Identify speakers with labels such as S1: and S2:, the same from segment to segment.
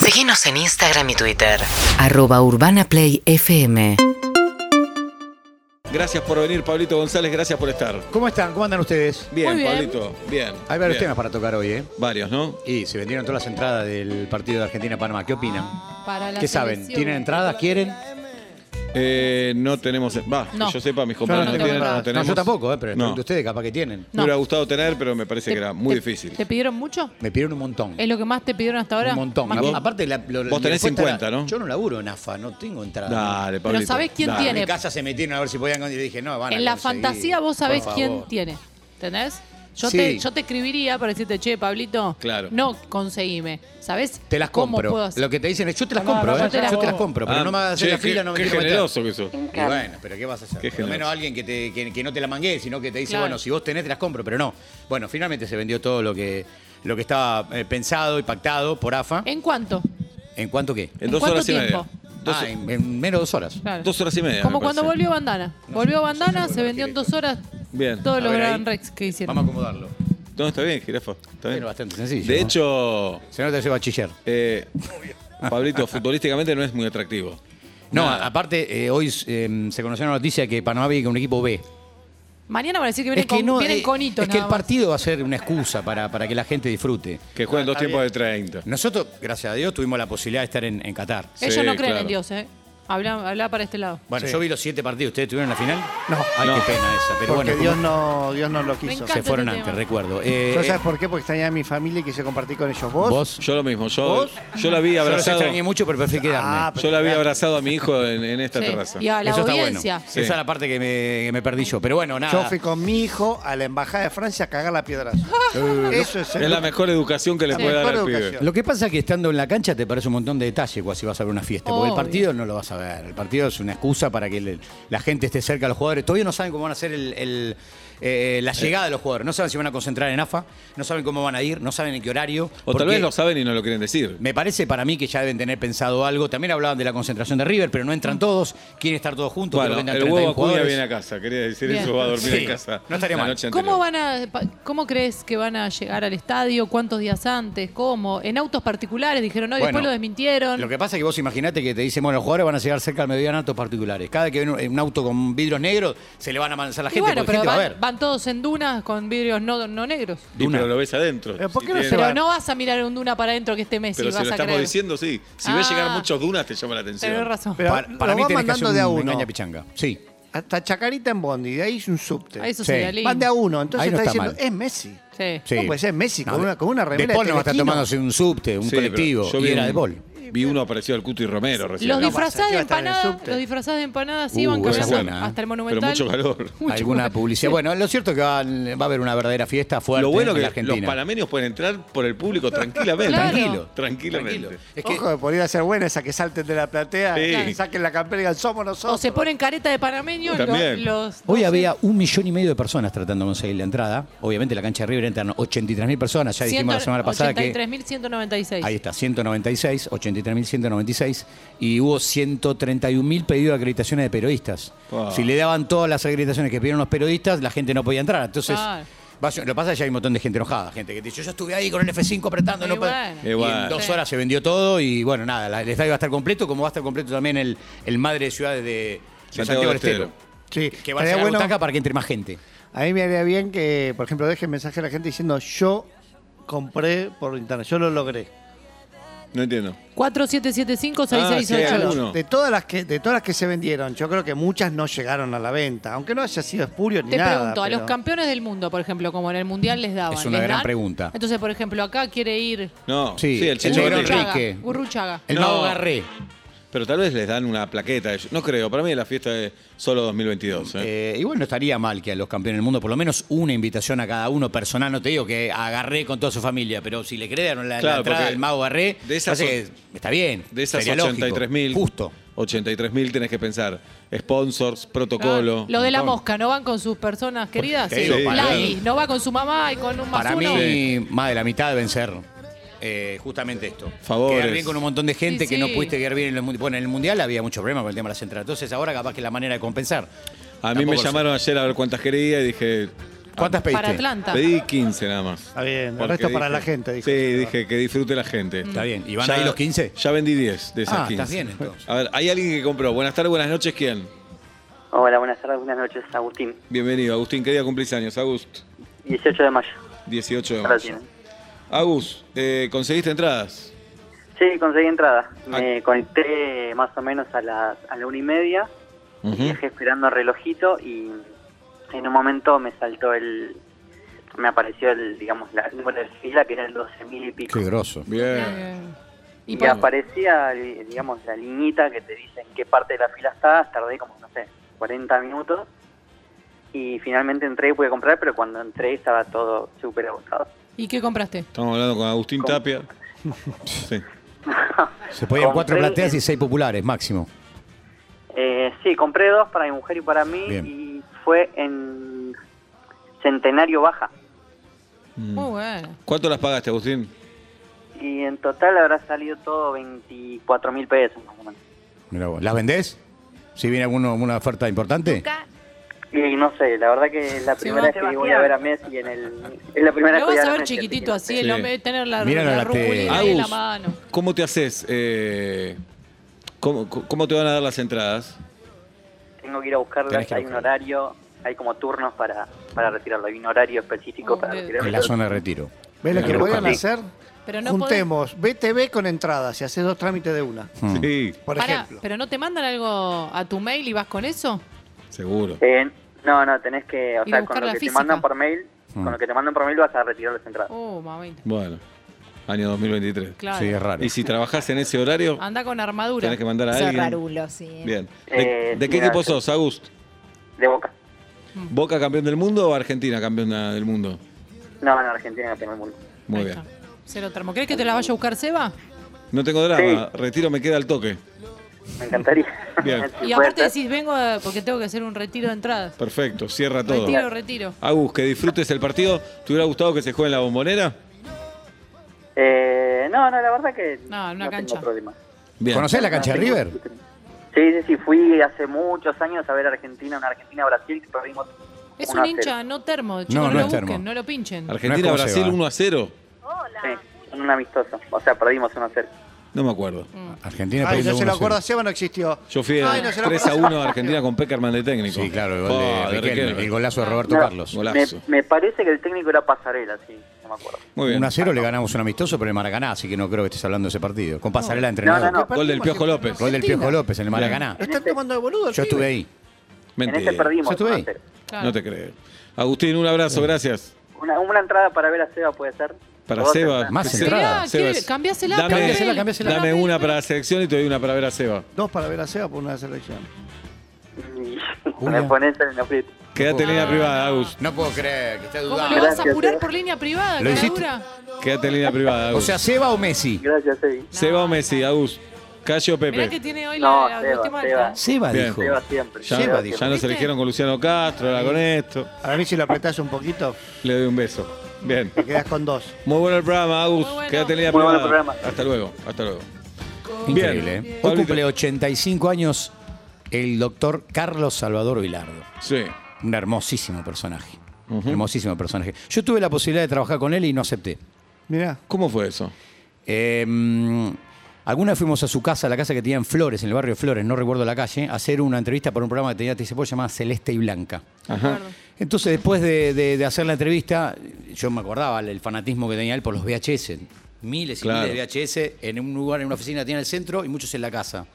S1: Seguinos en Instagram y Twitter.
S2: arroba urbanaplayfm
S3: Gracias por venir, Pablito González, gracias por estar.
S4: ¿Cómo están? ¿Cómo andan ustedes?
S3: Bien,
S5: Muy bien.
S3: Pablito, bien.
S4: Hay varios
S3: bien.
S4: temas para tocar hoy, ¿eh?
S3: Varios, ¿no?
S4: Y se vendieron todas las entradas del partido de Argentina-Panamá. ¿Qué opinan?
S5: Para Ah, la
S4: ¿Qué saben?
S5: selección.
S4: ¿Tienen entradas? ¿Quieren?
S3: Eh, no tenemos. Va,
S5: No.
S3: que yo sepa, mis
S4: Yo no
S3: compañeros no,
S4: tengo
S3: tienen,
S4: entradas.
S3: no tenemos.
S4: No, yo tampoco, ¿eh? Pero
S3: No.
S4: ustedes capaz que tienen.
S3: Me
S5: No.
S3: hubiera gustado tener, pero me parece que era muy
S5: ¿Te-
S3: difícil.
S5: ¿Te pidieron mucho?
S4: Me pidieron un montón.
S5: ¿Es lo que más te pidieron hasta ahora?
S4: Un montón.
S5: Más
S4: A-
S5: que-
S3: vos-
S4: Aparte, la,
S3: vos
S4: lo- mi
S3: tenés
S4: respuesta
S3: 50,
S4: era,
S3: ¿no?
S4: Yo no laburo en AFA, no tengo entrada.
S3: Dale, Pablito.
S5: ¿sabés quién
S3: dale.
S4: En
S5: tiene?
S4: mi casa se metieron a ver si podían y dije, no, van a
S5: en la
S4: conseguir,
S5: fantasía vos sabés
S4: por
S5: quién
S4: favor.
S5: tiene. ¿Entendés? Yo,
S4: Sí.
S5: te, yo te escribiría para decirte, che, Pablito,
S3: Claro.
S5: no conseguíme. ¿sabés?
S4: Te las
S5: cómo puedo
S4: compro.
S5: hacer?
S4: Lo que te dicen es, yo te las compro,
S5: yo
S4: ¿eh?
S5: te las
S4: Yo te las
S5: compro.
S4: compro, pero
S3: Ah,
S4: no me vas a hacer
S3: che,
S4: la fila,
S3: qué,
S4: no me
S3: qué
S4: quiero meter.
S3: generoso que sos.
S4: Y bueno, pero ¿qué vas a hacer?
S3: Qué
S4: Por lo
S3: generoso.
S4: menos alguien que, te- que- que no te la mangué, sino que te dice,
S5: Claro.
S4: bueno, si vos tenés, te las compro, pero no. Bueno, finalmente se vendió todo lo que, lo que estaba eh, pensado y pactado por AFA. ¿En,
S5: ¿En cuánto?
S4: cuánto qué?
S3: En
S5: ¿En
S3: dos
S5: cuánto
S3: horas y media.
S5: tiempo?
S3: Dos,
S4: Ah, en, en menos de dos horas.
S5: Claro.
S3: dos horas y media.
S5: Como
S3: me
S5: cuando
S3: parece.
S5: volvió Bandana. volvió Bandana,
S4: sé,
S5: se
S4: no
S5: vendió en
S4: quiere.
S5: dos horas
S3: Bien.
S5: todos
S4: A
S5: los
S4: ver, ahí.
S5: Grand Rex que hicieron.
S4: Vamos a acomodarlo.
S3: No, está bien, jirafa. Está bien.
S4: Pero bastante sencillo.
S3: De
S4: ¿no?
S3: hecho,
S4: Se nota que se va a chillar.
S3: eh, Pablito, futbolísticamente no es muy atractivo.
S4: No, a- aparte, eh, hoy eh, se conoció una noticia que Panamá viene con un equipo B.
S5: Mañana van a decir que vienen,
S4: es que
S5: con,
S4: no,
S5: vienen
S4: eh,
S5: con hitos
S4: es que el
S5: nada más.
S4: partido va a ser una excusa para, para que la gente disfrute.
S3: Que juegan dos tiempos de 30.
S4: Nosotros, gracias a Dios, tuvimos la posibilidad de estar en, en Qatar.
S5: Ellos
S3: Sí,
S5: no creen
S3: claro.
S5: en Dios, ¿eh? Habla, habla para este lado.
S4: Bueno, yo vi los siete partidos. ¿Ustedes tuvieron la final?
S6: No.
S4: Ay,
S3: No.
S4: qué pena esa. Pero
S6: porque
S4: bueno,
S6: Dios
S4: como-
S6: no, Dios no lo
S5: Me
S6: quiso.
S5: encanta.
S4: se fueron
S5: este
S4: antes,
S5: tema.
S4: recuerdo. Eh,
S6: Yo
S4: eh,
S6: sabes por qué, porque extrañaba a mi familia y quise compartir con ellos. ¿Vos?
S4: ¿Vos? Yo
S3: Yo lo mismo, yo,
S6: ¿Vos?
S3: yo la vi
S4: los
S3: abrazado.
S4: extrañé mucho, pero preferí quedarme.
S6: Ah,
S3: Yo la vi abrazado a mi hijo en, en esta
S5: Sí.
S3: terraza.
S5: Y a la
S4: Eso está bueno.
S5: audiencia.
S4: Esa es la parte que me, que me perdí yo. Pero bueno, nada.
S6: Yo fui con mi hijo a la embajada de Francia a cagar la piedra.
S4: Eh,
S6: Eso es eh,
S3: Es la
S6: el...
S3: mejor educación que le
S6: La
S3: puede dar
S6: mejor
S3: al pibe.
S6: educación.
S4: Lo que pasa es que estando en la cancha te parece un montón de detalles cuando si vas a ver una fiesta. Porque el
S5: Obvio.
S4: partido no lo vas a ver. El partido es una excusa para que le- la gente esté cerca a los jugadores. Todavía no saben cómo van a ser el- el, eh, la llegada de los jugadores. No saben si van a concentrar en AFA. No saben cómo van a ir. No saben en qué horario.
S3: O tal
S4: porque-
S3: vez lo saben y no lo quieren decir.
S4: Me parece para mí que ya deben tener pensado algo. También hablaban de la concentración de River, pero no entran todos. Quieren estar todos juntos.
S3: Bueno,
S4: creo que entran
S3: el huevo
S4: 31
S3: acuña
S4: jugadores.
S3: viene a casa, quería decir
S5: Bien.
S3: eso, va a dormir
S4: Sí,
S3: en casa.
S4: no estaría
S3: la
S4: mal.
S3: noche
S5: ¿Cómo
S3: anterior.
S5: van a, pa- cómo crees que van a llegar al estadio? ¿Cuántos días antes? ¿Cómo? En autos particulares dijeron no y después
S4: Bueno,
S5: lo desmintieron.
S4: Lo que pasa es que vos imaginate que te dicen, bueno, los jugadores van a llegar cerca al mediodía en autos particulares. Cada que viene un auto con vidros negros, se le van a amansar a la
S5: y
S4: gente
S5: bueno,
S4: porque
S5: pero
S4: gente va a ver.
S5: van, van todos en dunas con vidrios no, no negros.
S3: Y pero lo ves adentro.
S6: Pero ¿por
S3: Si
S6: qué no
S3: tiene-
S6: se
S5: Pero
S6: van.
S5: no vas a mirar un duna para adentro que esté Messi,
S3: Pero si
S5: vas
S3: lo
S5: a
S3: estamos
S5: creer.
S3: diciendo, sí. Si ves
S5: Ah.
S3: llegar muchos dunas, te llama la atención.
S5: Tenés razón.
S6: Pero
S4: para para
S6: lo
S4: mí
S6: va
S4: tenés que hacer
S6: mandando
S4: un
S6: de a uno.
S4: engaña pichanga. Sí.
S6: Hasta Chacarita en Bondi, de ahí es un subte.
S5: Ah, Eso
S4: Sí.
S5: sería lindo.
S6: Van de a uno, entonces
S4: Ahí no
S6: está,
S4: está
S6: diciendo,
S4: mal.
S6: es Messi.
S5: Sí.
S4: sí.
S6: No, pues es Messi, con
S4: No,
S6: una- con una remera
S4: De Paul
S6: de
S4: no va a estar
S6: Telequino.
S4: tomándose un subte, un
S3: Sí, pero
S4: colectivo.
S3: yo
S4: Y
S3: vi
S4: era
S3: un-
S4: de Paul.
S3: Vi uno parecido al Cuti Romero recién.
S5: Los
S6: No,
S5: disfrazados
S6: pasa,
S5: de
S6: iba a estar en el
S5: empanadas,
S6: subte.
S5: los disfrazados de empanadas
S4: Uh,
S5: iban
S4: esa es
S5: caminando
S4: buena, ¿eh?
S5: hasta el
S3: Pero
S5: monumental.
S3: mucho calor.
S5: Mucho
S4: Alguna
S5: calor.
S4: publicidad. Bueno, lo cierto es que va, va a haber una verdadera fiesta fuerte
S3: Lo bueno
S4: en
S3: que
S4: la
S3: los
S4: Argentina.
S3: panameños pueden entrar por el público tranquilamente.
S5: Claro.
S3: Tranquilo. Tranquilamente.
S4: Es que-
S6: Ojo, que podría ser buena esa que salten de la platea,
S3: Sí.
S6: saquen la campera y digan, somos nosotros.
S5: O se ponen careta de panameño lo-
S3: También.
S5: los
S4: Hoy
S5: no sé,
S4: había un millón y medio de personas tratando de conseguir la entrada. Obviamente la cancha de River entran 83.000 personas. Ya dijimos la semana pasada que...
S5: 183.196.
S4: Ahí está, 196, 83.196. Y hubo 131.000 pedidos de acreditaciones de periodistas.
S3: Ah.
S4: Si le daban todas las acreditaciones que pidieron los periodistas, la gente no podía entrar. Entonces...
S5: Ah.
S4: va a- Lo que pasa es que ya hay un montón de gente enojada, gente que dice, yo estuve ahí con el F5 apretando,
S5: Y
S4: no puedo".
S5: bueno.
S3: Y
S4: Y
S3: bueno.
S4: en dos
S5: Sí.
S4: horas se vendió todo y bueno, nada, la- el estadio va a estar completo, como va a estar completo también el, el Madre de Ciudades de, de
S3: Santiago
S4: Santiago,
S3: del
S4: del Estero.
S3: Estero.
S6: Sí,
S4: Que va a
S6: estaría
S4: ser
S6: bueno-
S4: butaca para que entre más gente.
S6: A mí me haría bien que, por ejemplo, dejen mensaje a la gente diciendo yo compré por internet, yo lo logré.
S3: No entiendo.
S5: 4775
S3: Ah, sí,
S5: 6688.
S3: alguno.
S6: De todas las que, de todas las que se vendieron, yo creo que muchas no llegaron a la venta, aunque no haya sido espurio ni
S5: Te
S6: nada.
S5: pregunto, a
S6: pero-
S5: los campeones del mundo, por ejemplo, como en el Mundial les daban.
S4: Es una
S5: ¿les
S4: gran
S5: dan?
S4: pregunta.
S5: Entonces, por ejemplo, acá quiere ir
S3: No, sí,
S4: Oh. Sí,
S3: el
S4: el
S3: Chicho
S4: Negro
S3: Ortiz.
S4: Enrique.
S5: Gurruchaga. Gurruchaga.
S4: El
S3: No.
S4: mago Garré.
S3: Pero tal vez les dan una plaqueta. Yo- No creo. Para mí la fiesta es solo 2022. ¿eh?
S4: Eh, igual no estaría mal que a los campeones del mundo, por lo menos una invitación a cada uno personal. No te digo que agarré con toda su familia, pero si le crearon la, la
S3: Claro,
S4: entrada
S3: porque
S4: al mago Garré,
S3: de esas
S4: parece
S3: son-
S4: que está bien.
S3: De esas
S4: sería lógico,
S3: 83.000.
S4: Justo.
S3: 83.000 tenés que pensar. Sponsors, protocolo.
S5: Ah, lo de la
S4: montón.
S5: mosca, ¿no van con sus personas queridas?
S4: Te digo, para-
S5: Lali, ¿no va con su mamá y con un más
S4: Para
S5: uno?
S4: mí, más de la mitad deben ser eh, justamente esto.
S3: Favores.
S4: Quedar bien con un montón de gente
S5: Sí,
S4: que no
S5: sí.
S4: pudiste quedar bien en el mundial. Bueno, en el mundial había mucho problema con el tema de las entradas. Entonces ahora capaz que la manera de compensar.
S3: A mí
S4: Tampoco
S3: me
S4: lo sé.
S3: llamaron ayer a ver cuántas quería y dije,
S4: ¿Cuántas pediste?
S5: Para Atlanta.
S3: Pedí 15 nada más.
S6: Está bien, el
S3: Porque
S6: resto para la gente, dijo.
S3: Sí, dije que disfrute la gente.
S4: Está bien, Mm. ¿y van ahí los 15?
S3: Ya vendí 10 de esas
S4: Ah,
S3: 15.
S4: estás bien, entonces.
S3: A ver, hay alguien que compró. Buenas tardes, buenas noches, ¿quién?
S7: Hola, buenas tardes, buenas noches, Agustín.
S3: Bienvenido, Agustín. ¿Qué día cumplís años, Agust?
S7: 18 de mayo.
S3: 18 de
S7: ahora
S3: mayo.
S7: tienen.
S3: Agus, eh, ¿conseguiste entradas?
S7: Sí, conseguí entrada.
S3: Ah.
S7: Me conecté más o menos a, las, a la una y media.
S3: Ujú.
S7: y Dejé esperando el relojito y en un momento me saltó el. Me apareció el, digamos, la el número de fila que era el 12.000 y pico.
S4: Qué grosso.
S3: Bien.
S5: Eh,
S7: Y,
S5: y por-
S7: aparecía, eh, digamos, la liñita que te dice en qué parte de la fila estás. Tardé como, no sé, 40 minutos. Y finalmente entré y pude comprar, pero cuando entré estaba todo súper agotado.
S5: ¿Y qué compraste?
S3: Estamos hablando con Agustín
S7: Con-
S3: Tapia. Sí.
S4: Se podían cuatro
S7: Compré
S4: plateas
S7: el-
S4: y seis populares, máximo.
S7: Eh, sí, compré dos para mi mujer y para mí
S4: Bien.
S7: y fue en Centenario Baja.
S4: Mm.
S5: Muy bueno.
S3: Mm. ¿Cuánto las pagaste, Agustín?
S7: Y en total habrá salido todo 24 mil pesos más o menos.
S4: Mirá vos. ¿Las vendés? ¿Si viene alguno- alguna oferta importante?
S7: Y no sé, la verdad que es la primera
S5: va,
S7: vez que voy a ver a Messi en el... Es la primera
S5: Lo
S7: vez que voy
S5: vas
S7: a
S5: a
S7: ver
S5: ver
S7: a Messi,
S5: chiquitito
S7: así
S5: así,
S3: Sí.
S5: el hombre tener la,
S4: Míralo a
S5: la
S4: la tele.
S5: rosculina ahí en la
S3: Agus.
S5: mano.
S3: ¿Cómo te haces? eh, ¿cómo, cómo te van a dar las entradas?
S7: que Tengo que ir a buscarlas,
S4: Tenés que
S7: hay un
S4: buscarla.
S7: horario, hay como turnos para, para retirarlo, hay un horario específico
S5: Oh,
S7: para
S5: de-
S7: retirarlo.
S4: En la zona de retiro.
S6: ¿Ves lo
S4: En
S6: que
S4: la
S6: podían
S4: localidad.
S6: hacer?
S5: Pero no
S6: Juntemos BTV con entradas y haces dos trámites de una.
S4: Mm.
S3: Sí,
S6: Por
S5: Pará,
S6: ejemplo.
S5: ¿pero no te mandan algo a tu mail y vas con eso?
S3: seguro.
S7: Eh, no, no, tenés que...
S5: Ir
S7: O
S5: a
S7: sea,
S5: buscar
S7: con lo
S5: la
S7: que te
S5: física.
S7: mandan por mail,
S4: Mm.
S7: con lo que te mandan por mail vas a retirar las entradas.
S5: Oh, mamita.
S3: Bueno, año 2023.
S5: Claro.
S4: Sí, es raro.
S3: Y si trabajás en ese horario,
S5: Anda con armadura.
S3: tenés que mandar a
S8: Sos
S3: alguien.
S8: rarulo, sí.
S3: Bien.
S7: Eh,
S3: ¿De, de qué
S7: mira,
S3: equipo
S7: yo-
S3: sos, Agust?
S7: De Boca.
S3: ¿Boca campeón del mundo o Argentina campeona del mundo?
S7: No, en Argentina no tengo el mundo.
S3: Muy
S5: Ahí
S3: bien.
S5: está. Cero termo. ¿Crees que te la vaya a buscar Seba?
S3: No tengo drama, retiro me queda al toque.
S7: Me encantaría.
S3: Bien.
S7: Si
S5: Y
S7: puede
S5: aparte
S7: ser.
S5: decís, vengo eh, porque tengo que hacer un retiro de entradas.
S3: Perfecto, cierra todo.
S5: Retiro, retiro.
S3: Agus, que disfrutes el partido. ¿Te hubiera gustado que se juegue en la bombonera?
S7: Eh, no, no, la verdad que
S5: No, en una cancha.
S7: tengo problema.
S3: Bien.
S4: ¿Conocés la cancha de
S7: No,
S4: River?
S7: tengo- Sí, sí, sí, fui hace muchos años a ver Argentina, una Argentina-Brasil que perdimos.
S5: Es
S7: 1 a
S5: un hincha, no termo. Chicos,
S4: No,
S5: no,
S4: no
S5: lo
S4: es termo.
S5: busquen, no lo pinchen.
S3: Argentina,
S4: No es como se
S3: Brasil
S4: va.
S3: 1 a 0.
S7: cero. Sí, un amistoso. O sea, perdimos 1 a 0.
S3: No me acuerdo.
S5: Mm.
S4: Argentina
S6: Ay,
S4: perdió
S6: no Ah, se lo
S4: 1-0.
S6: acuerda, Seba no existió.
S3: Yo fui
S6: Ay, no se lo
S3: 3 a 1 a Argentina con Peckerman de técnico.
S4: Sí, claro, el gol
S3: Oh,
S4: de
S3: de
S4: Riquelme,
S3: Riquelme.
S4: el golazo de Roberto
S7: No,
S4: Carlos.
S7: Me,
S3: Golazo.
S7: me parece que el técnico era Pasarela, sí, no me acuerdo.
S3: Muy bien.
S4: 1 0 le ganamos un amistoso, pero en el Maracaná, así que no creo que estés hablando de ese partido. Con pasarela
S7: No,
S4: entrenador.
S7: no, no.
S3: Gol del Piojo López.
S4: Gol del Piojo López en el Maracaná.
S6: Lo están tomando de boludo. el
S4: Yo
S6: pibe.
S4: estuve ahí.
S7: En
S3: Mentira.
S7: ese perdimos
S4: estuve
S7: 1 a
S4: ahí.
S7: 0.
S5: Claro.
S3: No te creo. Agustín, un abrazo, gracias.
S7: Una, una entrada para ver a Seba puede ser.
S3: Para
S7: Dos
S3: Seba.
S7: entradas.
S4: Más
S3: Seba,
S4: entradas.
S3: Seba
S5: ¿qué?
S3: es-
S5: Cambiásela,
S3: Dame,
S5: cambiásela,
S4: cambiásela.
S3: dame una para
S5: Cambiásela.
S3: la selección y te doy una para ver a Seba.
S6: Dos para ver a Seba por una selección.
S7: Y
S4: Julia.
S7: me pones en el aprieto.
S3: Quédate en línea privada, Agus.
S4: No puedo creer que está
S5: ¿Cómo
S4: dudando.
S5: lo vas a
S7: Gracias,
S5: apurar
S7: Seba.
S5: por línea privada,
S4: Lo hiciste.
S5: caradura?
S3: Quédate en línea privada,
S4: O
S3: Agus.
S4: sea, ¿Seba o Messi?
S7: Gracias, Sebi.
S3: Seba o Messi, Agus. Calle o
S5: Mirá que
S3: Pepe.
S5: tiene hoy
S7: No,
S5: la,
S7: Seba,
S5: última
S7: Seba.
S5: alta.
S4: Seba
S3: Bien.
S4: dijo.
S7: Seba siempre.
S3: Ya,
S7: Seba
S3: ya
S7: siempre.
S3: nos
S5: ¿Viste?
S3: eligieron con Luciano Castro, ahora con esto.
S6: Para mí si lo apretás un poquito,
S3: Le doy un beso. Bien.
S6: te quedás con dos.
S3: Muy bueno el programa, Agus.
S5: Muy bueno.
S3: Quédate en línea
S7: Muy bueno
S3: privada.
S7: el programa.
S3: Hasta luego, hasta luego.
S4: Increíble.
S3: Bien.
S4: ¿eh? Hoy
S3: Pablito.
S4: cumple 85 años el doctor Carlos Salvador Vilardo.
S3: Sí.
S4: Un hermosísimo personaje. Hermosísimo personaje. Yo tuve la posibilidad de trabajar con él y no acepté.
S6: Mirá.
S3: ¿Cómo fue eso?
S4: Eh, mm, alguna vez fuimos a su casa, a la casa que tenía en Flores, en el barrio de Flores, no recuerdo la calle, a hacer una entrevista para un programa que tenía TCP llamado Celeste y Blanca.
S3: Ajá.
S4: Entonces, después de, de- de hacer la entrevista, yo me acordaba el fanatismo que tenía él por los VHS. Miles y
S3: Claro.
S4: miles de VHS en un lugar, en una oficina que tenía en el centro y muchos en la casa.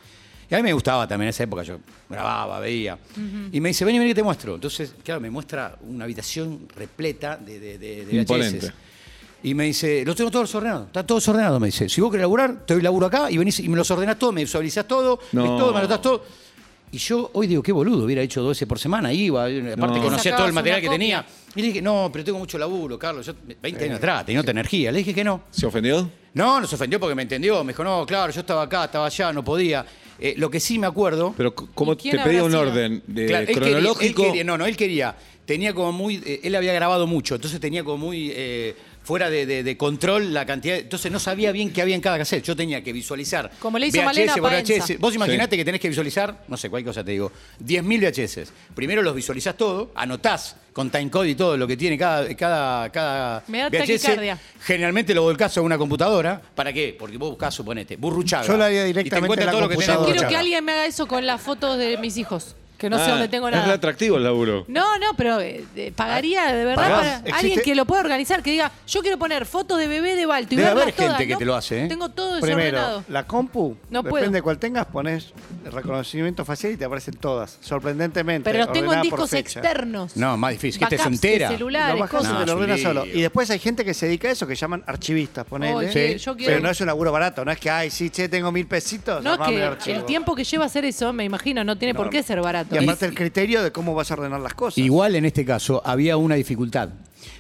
S4: Y a mí me gustaba también en esa época, yo grababa, veía. Y me dice, vení, vení que te muestro. Entonces, claro, me muestra una habitación repleta de, de, de- de
S3: Imponente.
S4: VHS. Y me dice, lo tengo todo desordenado, está todo desordenado, me dice. Si vos querés laburar, te doy laburo acá y venís y me los ordenás todo, me visualizás todo,
S3: No.
S4: ves todo, me anotás todo. Y yo hoy digo, qué boludo, hubiera hecho 12 por semana, iba, aparte
S3: No.
S4: conocía todo
S5: Sacabas
S4: el material que
S5: una
S4: tenía. Y le dije, no, pero tengo mucho laburo, Carlos, yo 20
S3: Eh,
S4: años atrás, tenía otra energía. Le dije que no.
S3: ¿Se ofendió?
S4: No, no se ofendió porque me entendió, me dijo, no, claro, yo estaba acá, estaba allá, no podía. Eh, lo que sí me acuerdo...
S3: Pero c- ¿cómo
S5: ¿Y quién
S3: te pedía
S5: habrá
S3: un
S5: sido?
S3: orden de
S4: Claro, él quería- él
S3: cronológico?
S4: quería- no, no, él quería. Tenía como muy. eh, él había grabado mucho, entonces tenía como muy. eh, fuera de, de- de control la cantidad. Entonces no sabía bien qué había en cada cassette. Yo tenía que visualizar.
S5: Como le hizo
S4: VHS,
S5: Malena
S4: por
S5: Paenza.
S4: VHS. Vos imaginate que tenés que visualizar, no sé, cuál cosa te digo, 10.000 VHS. Primero los visualizás todo, anotás con timecode y todo lo que tiene cada, cada, cada
S5: Me da
S4: VHS.
S5: taquicardia.
S4: Generalmente lo volcás a una computadora. ¿Para qué? Porque vos buscás, suponete, burruchaga.
S6: Yo lo haría
S4: Y te
S6: directamente
S4: encuentra
S6: en la
S4: todo lo que tenés
S5: Yo
S6: computadora.
S5: quiero que
S4: burruchaga.
S5: alguien me haga eso con las fotos de mis hijos. Que no sé
S3: Ah,
S5: dónde tengo
S3: Es re
S5: nada.
S3: atractivo el laburo.
S5: No, no, pero eh, eh, pagaría de verdad
S4: ¿Pagás?
S5: para
S6: Existe-
S5: alguien que lo pueda organizar, que diga, yo quiero poner fotos de bebé de Balto y
S4: Debe
S5: verlas
S4: haber gente
S5: todas,
S4: que
S5: ¿no?
S4: te lo hace, ¿eh?
S5: Tengo todo
S6: Primero,
S5: desordenado.
S6: la compu,
S5: No
S6: depende
S5: puedo.
S6: de cuál tengas, pones reconocimiento facial y te aparecen todas, sorprendentemente.
S5: Pero los tengo en
S6: ordenada por
S5: discos
S6: fecha.
S5: externos.
S4: No, más difícil. Que te
S5: Backups de
S4: entera.
S6: Lo
S5: celulares,
S6: más
S5: cosas.
S6: fácil te lo
S4: No,
S6: ordena
S4: sí.
S6: solo. Y después hay gente que se dedica a eso, que llaman archivistas, ponele.
S5: Oye, Sí. yo quiero-
S6: Pero no es un laburo barato, no es que, ay, sí, che, tengo mil pesitos.
S5: No,
S6: armame un
S5: es que
S6: archivo.
S5: el tiempo que lleva hacer eso, me imagino, no tiene por qué ser barato.
S6: Y aparte el criterio de cómo vas a ordenar las cosas.
S4: Igual en este caso había una dificultad.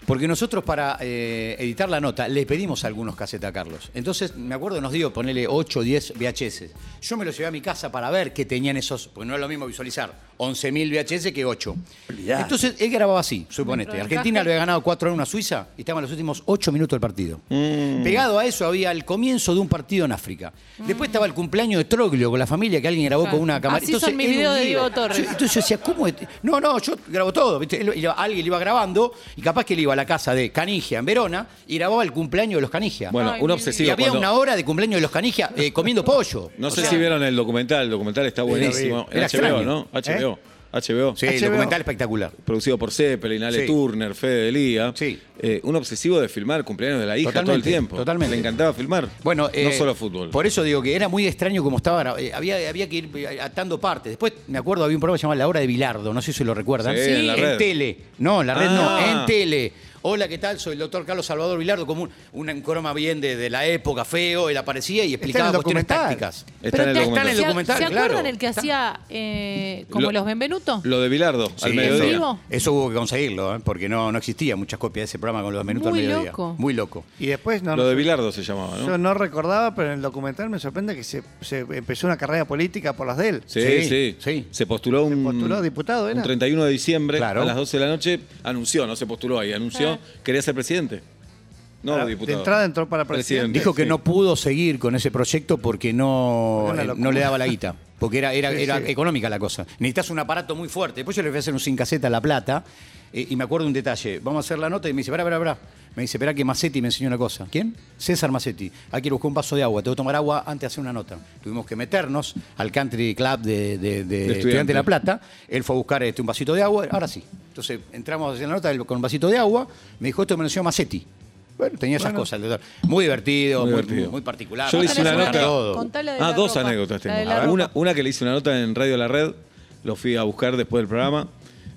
S4: Porque nosotros para eh, editar la nota le pedimos algunos casetas a Carlos. Entonces, me acuerdo, nos dio ponerle 8 o 10 VHS. Yo me los llevé a mi casa para ver qué tenían esos, porque no es lo mismo visualizar 11.000 VHS que 8. Entonces, él grababa así, suponete.
S5: Dentro del
S4: Argentina
S5: caje.
S4: lo había ganado 4 a 1 a Suiza y estaban los últimos 8 minutos del partido. Pegado a eso había el comienzo de un partido en África. Después estaba el cumpleaños de Troglio con la familia que alguien grabó
S5: Claro.
S4: con una cámara.
S5: Ah, Así son mis videos de Diego Torres.
S4: Entonces yo decía, ¿cómo? es? No, no, yo grabo todo. ¿viste? Él- y lo- alguien le iba grabando y capaz que él iba a la casa de Canigia en Verona y grababa el cumpleaños de los Canigia. Ah.
S3: Bueno,
S5: Ay,
S3: un
S5: mi
S4: y
S3: obsesivo.
S4: había
S3: cuando-
S4: una hora de cumpleaños de los Canigia eh, comiendo pollo.
S3: No
S4: O
S3: sé
S4: sea,
S3: si vieron el documental, el documental está
S6: lo vi.
S3: buenísimo. En
S4: Era
S3: HBO,
S4: extraño. ¿Eh?
S3: ¿no? HBO. HBO.
S4: Sí,
S6: HBO.
S4: documental espectacular.
S3: Producido por Zeppelin, Ale
S4: Sí.
S3: Turner, Fede de Lía.
S4: Sí.
S3: Eh, un obsesivo de filmar cumpleaños de la hija todo el
S4: Totalmente,
S3: tiempo.
S4: totalmente.
S3: Le encantaba filmar.
S4: Bueno,
S3: no
S4: eh,
S3: solo fútbol.
S4: Por eso digo que era muy extraño como estaba. gra- eh, había, había que ir atando partes. Después, me acuerdo, había un programa llamado La Hora de Bilardo. No sé si lo recuerdan.
S3: Sí, en la red.
S4: tele. No, en la red
S3: Ah.
S4: no. En tele. Hola, ¿qué tal? Soy el doctor Carlos Salvador Bilardo. Como un, una- un croma bien de, de la época, feo. Él aparecía y explicaba
S6: el
S4: cuestiones
S6: documental.
S4: tácticas.
S3: Está en el
S5: te-
S3: documental.
S5: ¿se-
S4: documental,
S5: ¿Se acuerdan
S4: claro.
S5: el que
S4: Está-
S5: hacía eh, como
S3: Lo-
S5: los Benvenuto?
S3: Lo de Bilardo, al
S4: Sí,
S3: mediodía.
S5: vivo?
S4: Eso hubo que conseguirlo, ¿eh? porque no, no existía muchas copias de ese programa con los minutos
S5: Muy
S4: al mediodía.
S5: loco.
S4: Muy loco.
S6: Y después no.
S3: Lo
S6: no
S3: de
S6: sé.
S3: Bilardo se llamaba, ¿no?
S6: Yo no recordaba, pero en el documental me sorprende que se, se empezó una carrera política por las de él.
S3: Sí,
S4: Sí,
S3: sí,
S4: sí.
S3: Se postuló un.
S6: postuló diputado, ¿era?
S3: Un 31 de diciembre
S4: Claro.
S3: a las 12 de la noche. Anunció, no se postuló ahí, anunció. Quería ser presidente. No,
S6: Para- de
S3: diputado.
S6: entrada entró para presidente.
S4: Dijo que
S3: sí.
S4: no pudo seguir con ese proyecto porque no,
S6: Era una
S4: eh,
S6: locura.
S4: no le daba la guita. Porque era, era,
S6: Sí,
S4: era
S6: sí.
S4: económica la cosa. Necesitas un aparato muy fuerte. Después yo le fui a hacer un sin caseta a La Plata eh, y me acuerdo un detalle. Vamos a hacer la nota y me dice, pará, pará, pará. Me dice, pará que Macetti me enseñó una cosa. ¿Quién? César Macetti. Aquí buscó un vaso de agua. Tengo que tomar agua antes de hacer una nota. Tuvimos que meternos al country club de, de- de
S3: Estudiante.
S4: Estudiante de La Plata. Él fue a buscar este, un vasito de agua. Ahora sí. Entonces entramos a hacer la nota él con un vasito de agua. Me dijo, esto me lo enseñó Macetti. Bueno, tenía esas cosas. el doctor. Muy divertido,
S3: Muy
S4: muy,
S3: divertido.
S4: muy particular.
S3: Yo le hice una
S5: Contale
S3: nota.
S5: la-
S4: Todo.
S5: contale de
S3: Ah,
S5: la
S3: dos
S5: ropa.
S3: anécdotas
S5: La de
S3: tengo.
S5: la ropa.
S3: Una, una que le hice una nota en Radio La Red, lo fui a buscar después del programa.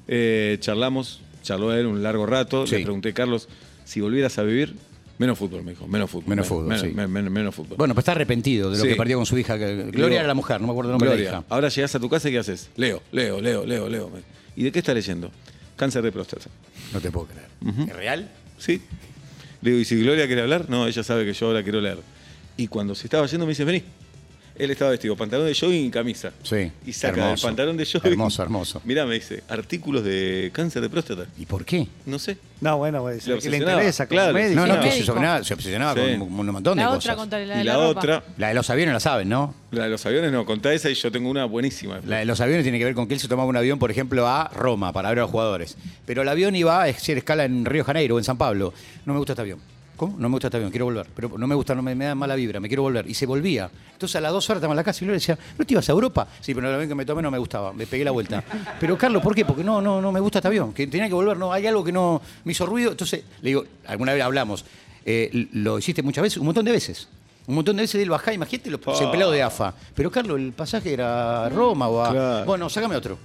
S3: Eh, charlamos, charló él un largo rato.
S4: Sí.
S3: Le pregunté, Carlos, si volvieras a vivir, menos fútbol, me dijo. Menos fútbol.
S4: Menos fútbol,
S3: menos,
S4: sí.
S3: men- men- menos fútbol.
S4: Bueno, pues está arrepentido de lo
S3: Sí.
S4: que perdió con su hija. que- Gloria
S3: Digo,
S4: era la mujer, no me acuerdo el nombre de la
S3: Gloria,
S4: hija.
S3: ahora llegás a tu casa y ¿qué haces? Leo, leo, leo, leo, leo. ¿Y de qué está leyendo? Cáncer de próstata.
S4: No te puedo creer. ¿Es real?
S3: ¿Sí? Le digo, ¿y si Gloria quiere hablar? No, ella sabe que yo ahora quiero leer. Y cuando se estaba yendo me dice, vení. Él estaba vestido, pantalón de jogging y camisa.
S4: Sí,
S3: Y saca
S4: hermoso.
S3: el pantalón de jogging.
S4: Hermoso, hermoso.
S3: Mirá, me dice, artículos de cáncer de próstata.
S4: ¿Y por qué?
S3: No sé.
S6: No, bueno, güey, se
S3: Le
S6: ve que le
S3: obsesionaba,
S6: interesa, como
S3: claro.
S6: médico.
S4: No, no,
S5: Sí.
S4: que
S5: Médico.
S4: se obsesionaba, se obsesionaba
S3: Sí.
S4: con un montón de
S5: La
S4: cosas.
S5: otra contale la de
S3: y
S5: la,
S3: la,
S5: ropa.
S3: otra,
S4: La de los aviones la saben, ¿no?
S3: la de los aviones, no, contá esa y yo tengo una buenísima.
S4: La de eh, los aviones tiene que ver con que él se tomaba un avión, por ejemplo, a Roma para ver a los jugadores. Pero el avión iba a hacer escala en Río de Janeiro o en San Pablo. No me gusta este avión. ¿Cómo? No me gusta este avión, quiero volver. Pero no me gusta, no me, me da mala vibra, me quiero volver. Y se volvía. Entonces a las dos horas estaba en la casa y yo le decía, ¿no te ibas a Europa? Sí, pero el avión que me tomé no me gustaba, me pegué la vuelta. Pero Carlos, ¿por qué? Porque no, no, no me gusta este avión. Que tenía que volver, no, hay algo que no me hizo ruido. Entonces, le digo, alguna vez hablamos, eh, lo hiciste muchas veces, un montón de veces. Un montón de veces él bajaba, imagínate los empleados de AFA. Pero Carlos, el pasaje era a Roma o a.
S3: Claro.
S4: Bueno, sácame otro.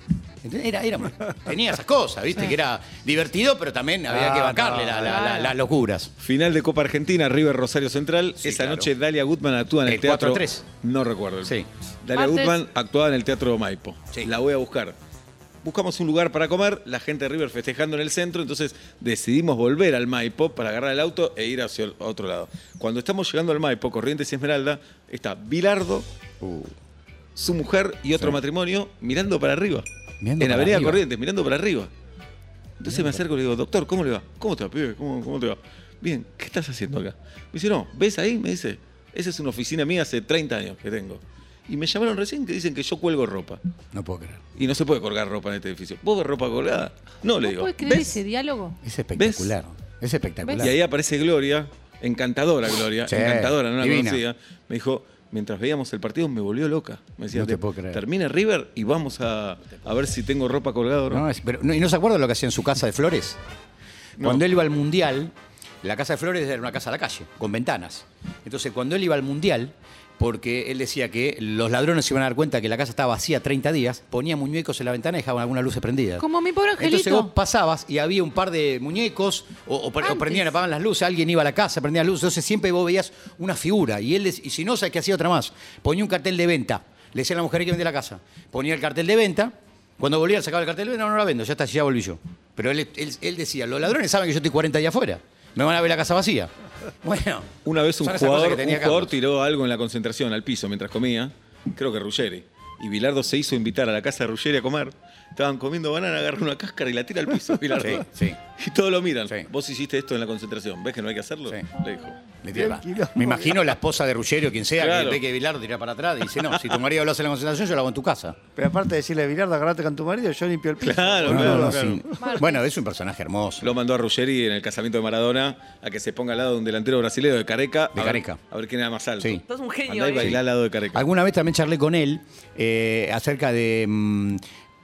S4: ¿Entendés? Era, era- tenía esas cosas, ¿viste? Que era divertido, pero también había
S3: Ah,
S4: que bancarle la- la- la- las locuras.
S3: Final de Copa Argentina, River Rosario Central.
S4: Sí,
S3: Esa
S4: claro. Eh,
S3: noche Dalia Gutman actúa en el,
S4: El
S3: teatro.
S4: 4-3.
S3: No recuerdo.
S4: Sí.
S3: Dalia
S5: Martes.
S3: Gutman actuaba en el teatro Maipo.
S4: Sí.
S3: La voy a buscar. Buscamos un lugar para comer, la gente de River festejando en el centro, entonces decidimos volver al Maipo para agarrar el auto e ir hacia el otro lado. Cuando estamos llegando al Maipo, Corrientes y Esmeralda, está Bilardo, Uh, su mujer y otro matrimonio mirando para arriba.
S4: Mirando
S3: en
S4: para
S3: Avenida
S4: arriba.
S3: Corrientes, mirando para arriba. Entonces me acerco y le digo, doctor, ¿cómo le va? ¿Cómo te va, pibe? ¿Cómo, cómo te va? Bien, ¿qué estás haciendo acá? Me dice, no, ¿ves ahí? Me dice, esa es una oficina mía hace 30 años que tengo. Y me llamaron recién que dicen que yo cuelgo ropa.
S4: No puedo creer.
S3: Y no se puede colgar ropa en este edificio. ¿Vos ves ropa colgada? No, le
S5: ¿No
S3: digo.
S5: puedes creer
S3: ¿Ves?
S5: ese diálogo?
S4: Es espectacular. Es espectacular.
S3: Y ahí aparece Gloria, encantadora Gloria,
S4: Sí,
S3: encantadora, no la
S4: divina.
S3: conocía. Me dijo, mientras veíamos el partido me volvió loca. Me decía,
S4: No te
S3: "Te-
S4: puedo creer".
S3: termina River y vamos a, a ver si tengo ropa colgada o no.
S4: No, es- pero- no, ¿Y no se acuerda lo que hacía en su casa de flores?
S3: No.
S4: Cuando él iba al mundial, la casa de flores era una casa a la calle, con ventanas. Entonces, cuando él iba al mundial, porque él decía que los ladrones se iban a dar cuenta que la casa estaba vacía 30 días, ponía muñecos en la ventana y dejaban algunas luces prendidas.
S5: Como mi pobre
S4: Entonces
S5: angelito.
S4: vos pasabas y había un par de muñecos, o, o pre- o
S5: Antes.
S4: prendían, apagaban las luces, alguien iba a la casa, prendía las luces, entonces siempre vos veías una figura. Y él, dec- y si no, sabes que hacía otra más. Ponía un cartel de venta, le decía a la mujer que vende la casa. Ponía el cartel de venta, cuando volvía sacaba el cartel de venta, no, no la vendo, ya está, ya volví yo. Pero él, él- él decía, los ladrones saben que yo estoy 40 días afuera, me van a ver la casa vacía. Bueno.
S3: Una vez un
S4: son esas cosas
S3: jugador,
S4: que tenía
S3: un jugador
S4: Carlos.
S3: tiró algo en la concentración al piso mientras comía, creo que Ruggeri. Y Bilardo se hizo invitar a la casa de Ruggeri a comer. Estaban comiendo banana, agarra una cáscara y la tira al piso, Bilardo.
S4: Sí,
S3: Y todos lo miran.
S4: Sí.
S3: Vos hiciste esto en la concentración, ¿ves que no hay que hacerlo?
S4: Sí.
S3: Le dijo.
S4: Le tira para-
S6: Tranquilo.
S4: Me imagino la esposa de Ruggiero, quien sea,
S3: Claro.
S4: que ve que Bilardo tira para atrás y dice, no, si tu marido lo hace en la concentración, yo lo hago en tu casa.
S6: Pero aparte de decirle, Virardo, agarrate con tu marido, yo limpio el piso.
S3: Claro,
S4: No,
S3: claro,
S4: no, no,
S3: claro.
S4: sí. Bueno, es un personaje hermoso.
S3: Lo mandó a Ruggeri en el casamiento de Maradona a que se ponga al lado de un delantero brasileño de Careca.
S4: De
S3: a ver-
S4: Careca.
S3: a ver quién era más alto.
S4: Sí.
S8: Sos un genio,
S3: Andá y
S8: eh.
S3: bailá al lado de Careca.
S4: Alguna vez también charlé con él eh, acerca de... mm,